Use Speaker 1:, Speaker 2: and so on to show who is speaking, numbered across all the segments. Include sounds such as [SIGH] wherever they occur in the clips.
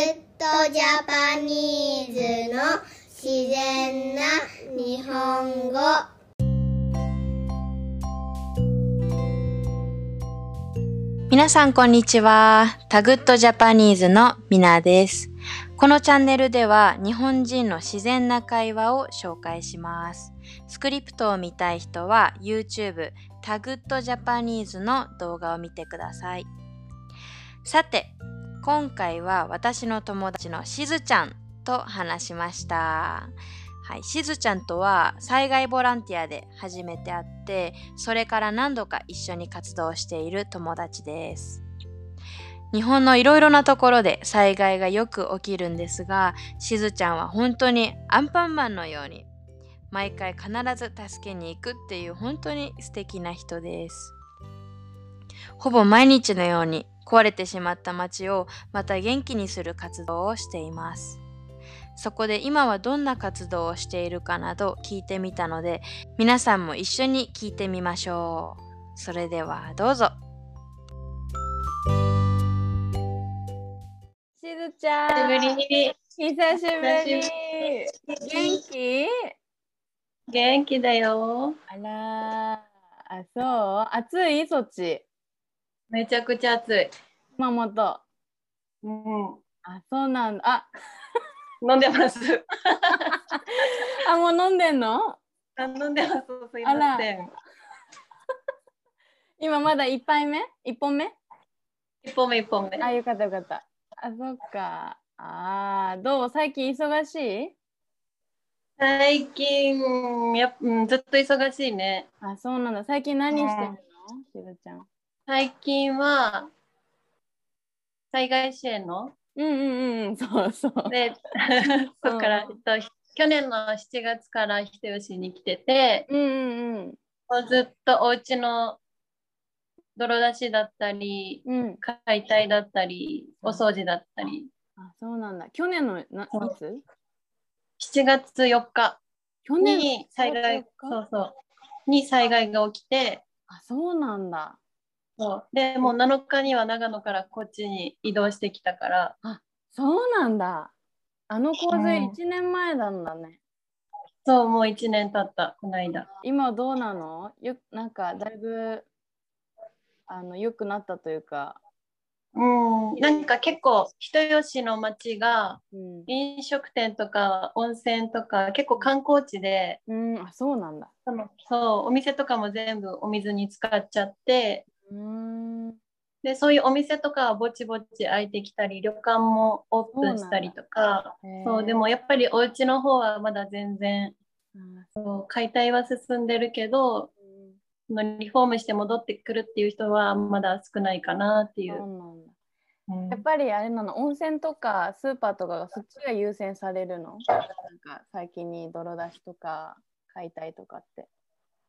Speaker 1: ジャパニーズの自然な日本語
Speaker 2: 皆さんこんにちは。タグッドジャパニーズのみなです。このチャンネルでは日本人の自然な会話を紹介します。スクリプトを見たい人は YouTube タグッドジャパニーズの動画を見てください。さて、今回は私の友達のしずちゃんと話しました。はい、しずちゃんとは災害ボランティアで初めて会ってそれから何度か一緒に活動している友達です日本のいろいろなところで災害がよく起きるんですがしずちゃんは本当にアンパンマンのように毎回必ず助けに行くっていう本当に素敵な人ですほぼ毎日のように壊れてしまった街をまた元気にする活動をしていますそこで今はどんな活動をしているかなど聞いてみたので皆さんも一緒に聞いてみましょうそれではどうぞ
Speaker 3: しずちゃん、
Speaker 4: り。
Speaker 3: 久しぶり
Speaker 4: 久し
Speaker 3: 元気
Speaker 4: 元気だよ。
Speaker 3: あらーあ、そう、暑いそっち、
Speaker 4: めちゃくちゃ暑い。
Speaker 3: 熊本。あ、
Speaker 4: う
Speaker 3: そうなんだ。あ、
Speaker 4: ん。飲んでます。 [LAUGHS]
Speaker 3: あもう飲んでんの
Speaker 4: あ飲んでます。すい
Speaker 3: あら
Speaker 4: ません。
Speaker 3: 今まだ一杯目一本目
Speaker 4: 一本目一本目。
Speaker 3: あ、よかったよかった。あ、そっか。あーどう最近忙しい
Speaker 4: 最近やっ、うん、ずっと忙しいね。
Speaker 3: あ、そうなんだ。最近何してるの
Speaker 4: う
Speaker 3: しずちゃん。
Speaker 4: 最近は災害支援の
Speaker 3: うんうんうんうん、そうそう。
Speaker 4: で、 [LAUGHS] そこから、えっと去年の7月から人吉に来てて、
Speaker 3: うんうん
Speaker 4: ずっとお家の泥出しだったり、
Speaker 3: うん。うん。
Speaker 4: 解体だったり、お掃除だったり、
Speaker 3: あ、そうなんだ。去年のない
Speaker 4: そう
Speaker 3: つ
Speaker 4: 7月4日。
Speaker 3: 去年の
Speaker 4: に災
Speaker 3: 4
Speaker 4: 害
Speaker 3: 日
Speaker 4: そうそうに災害が起きて
Speaker 3: あ、そうなんだ。
Speaker 4: そうでもう7日には長野からこっちに移動してきたから
Speaker 3: そうなんだ。あの洪
Speaker 4: うん
Speaker 3: 水1年前なんだね。
Speaker 4: そうもう1年経ったこの間
Speaker 3: 今どうなのよなんかだいぶあの良くなったというか。
Speaker 4: うんなんか結構人吉の町が
Speaker 3: うん、
Speaker 4: 飲食店とか温泉とか結構観光地で
Speaker 3: うん、あそうなんだ。
Speaker 4: そのそうお店とかも全部お水に使っちゃって
Speaker 3: うーん
Speaker 4: でそういうお店とかはぼちぼち開いてきたり旅館もオープンしたりとかそうで、もやっぱりお家の方はまだ全然
Speaker 3: へーあ
Speaker 4: そう解体は進んでるけど
Speaker 3: そう
Speaker 4: そのリフォームして戻ってくるっていう人はまだ少ないかなってい
Speaker 3: そ
Speaker 4: う。
Speaker 3: うなんだ。
Speaker 4: うん
Speaker 3: やっぱりあれなの、温泉とかスーパーとかがそっちが優先されるのなんか最近に泥出しとか解体とかって。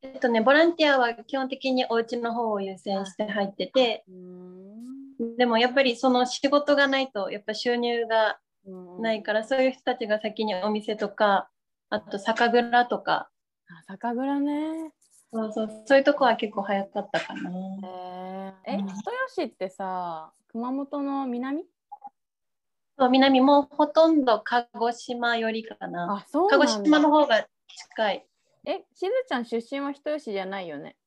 Speaker 4: えっとね、ボランティアは基本的にお家の方を優先して入ってて
Speaker 3: うーん
Speaker 4: でもやっぱりその仕事がないとやっぱ収入が
Speaker 3: うん
Speaker 4: ないからそういう人たちが先にお店とかあと酒蔵とか
Speaker 3: あ酒蔵ね。
Speaker 4: そうそうそういうとこは結構早かったかな。
Speaker 3: へええ、
Speaker 4: うん
Speaker 3: 人吉ってさ、熊本の南
Speaker 4: そう南もほとんど鹿児島よりかな。
Speaker 3: あ、そうな
Speaker 4: 鹿
Speaker 3: んだ。
Speaker 4: 児島の方が近い
Speaker 3: え、しずちゃん出身は人吉じゃないよね。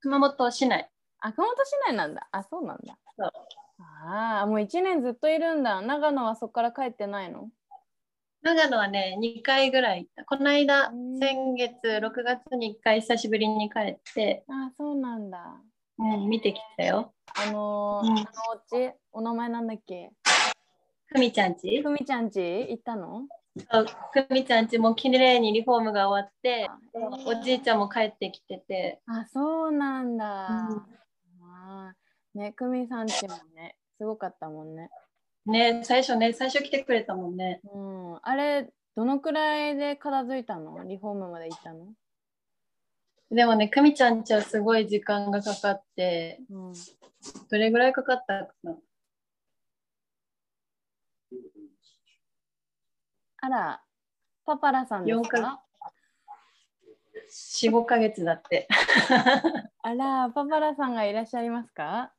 Speaker 4: 熊本市内。
Speaker 3: あ、熊本市内なんだ。あ、そうなんだ。
Speaker 4: そう
Speaker 3: ああ、もう一年ずっといるんだ。長野はそこから帰ってないの
Speaker 4: 長野はね、2回ぐらい行った。この間
Speaker 3: う、ん
Speaker 4: 先月、6月に1回久しぶりに帰って、
Speaker 3: あ、そうなんだ。
Speaker 4: うん、見てきたよ。
Speaker 3: あのー
Speaker 4: うん
Speaker 3: あのお家、お名前なんだっけ
Speaker 4: ふみちゃんち
Speaker 3: ふみちゃん家行ったの
Speaker 4: そうふみちゃんちも綺麗にリフォームが終わって、
Speaker 3: あ
Speaker 4: おじいちゃんも帰ってきてて、
Speaker 3: あ、そうなんだ。
Speaker 4: うん
Speaker 3: あーね、久美さん家もね、すごかったもんね。
Speaker 4: ね、最初ね、最初来てくれたもんね。
Speaker 3: うん、あれ、どのくらいで片付いたのリフォームまで行ったの、
Speaker 4: でもね、くみちゃんちはすごい時間がかかって、
Speaker 3: うん、
Speaker 4: どれぐらいかかったかな
Speaker 3: あら、パパラさんです
Speaker 4: 四
Speaker 3: か
Speaker 4: ?4、5ヶ月だって。
Speaker 3: あら、パパラさんがいらっしゃいますか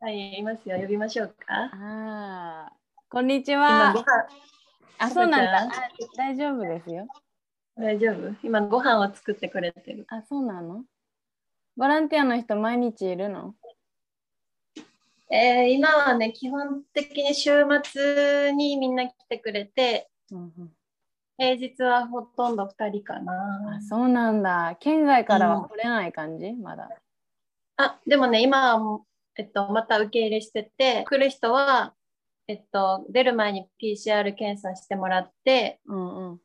Speaker 4: はい、いますよ。呼びましょうか。
Speaker 3: ああ、こんにち
Speaker 4: 今
Speaker 3: は
Speaker 4: ご飯。食
Speaker 3: あ、
Speaker 4: べた
Speaker 3: そうなんだ。あ大丈夫ですよ。
Speaker 4: 大丈夫今ご飯を作ってくれてる。
Speaker 3: あ、そうなのボランティアの人毎日いるの
Speaker 4: えー今はね、基本的に週末にみんな来てくれて、
Speaker 3: うん
Speaker 4: 平日はほとんど2人か
Speaker 3: うん、
Speaker 4: な
Speaker 3: あ。そうなんだ。県外からは来れない感じ、まだ。
Speaker 4: あ、でもね、今はもう、えっと、また受け入れしてて、来る人は、えっと、出る前に PCR 検査してもらって、
Speaker 3: うんうん。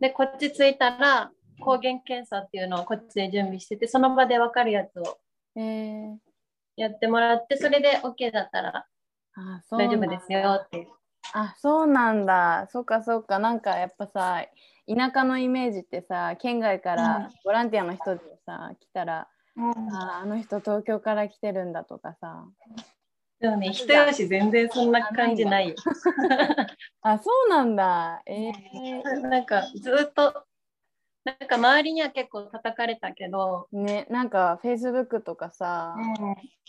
Speaker 4: で、こっち着いたら、抗原検査っていうのをこっちで準備してて、その場で分かるやつを
Speaker 3: えー、
Speaker 4: やってもらって、それで OK だったら
Speaker 3: あ、そう
Speaker 4: 大
Speaker 3: なん
Speaker 4: 丈
Speaker 3: だ
Speaker 4: 夫ですよっていう。
Speaker 3: あ、そうなんだ。そうかそうか。なんかやっぱさ、田舎のイメージってさ、県外か
Speaker 4: うん
Speaker 3: らボランティアの人でさ、来たら、
Speaker 4: うん
Speaker 3: あーあの人東京から来てるんだとかさ。
Speaker 4: でもね、人よし全然そんな感じないよ。
Speaker 3: あ、そうなんだ。えー、
Speaker 4: なんかずっと、なんか周りには結構叩かれたけど、
Speaker 3: ね、なんかフェイスブックとかさ、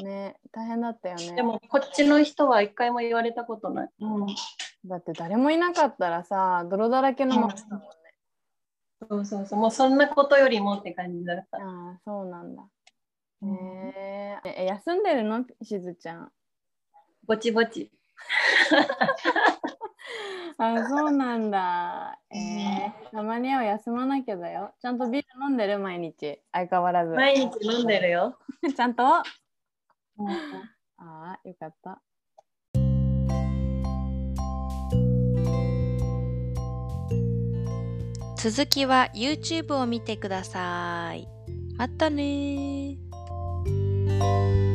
Speaker 4: う
Speaker 3: ね、大変だったよね。
Speaker 4: んでもこっちの人は一回も言われたことない。うん
Speaker 3: だって誰もいなかったらさ、泥だらけのままだもんね。
Speaker 4: そうそうそう、もうそんなことよりもって感じだった。
Speaker 3: ああ、そうなんだ。
Speaker 4: うん
Speaker 3: えー、え、休んでるのしずちゃん。
Speaker 4: ぼちぼち。
Speaker 3: あ、そうなんだ。え
Speaker 4: ね
Speaker 3: ー、たまには休まなきゃだよ。ちゃんとビール飲んでる毎日。相変わらず。
Speaker 4: 毎日飲んでるよ。
Speaker 3: [LAUGHS] ちゃんとああ、よかった。
Speaker 2: 続きは YouTube を見てください。またねー。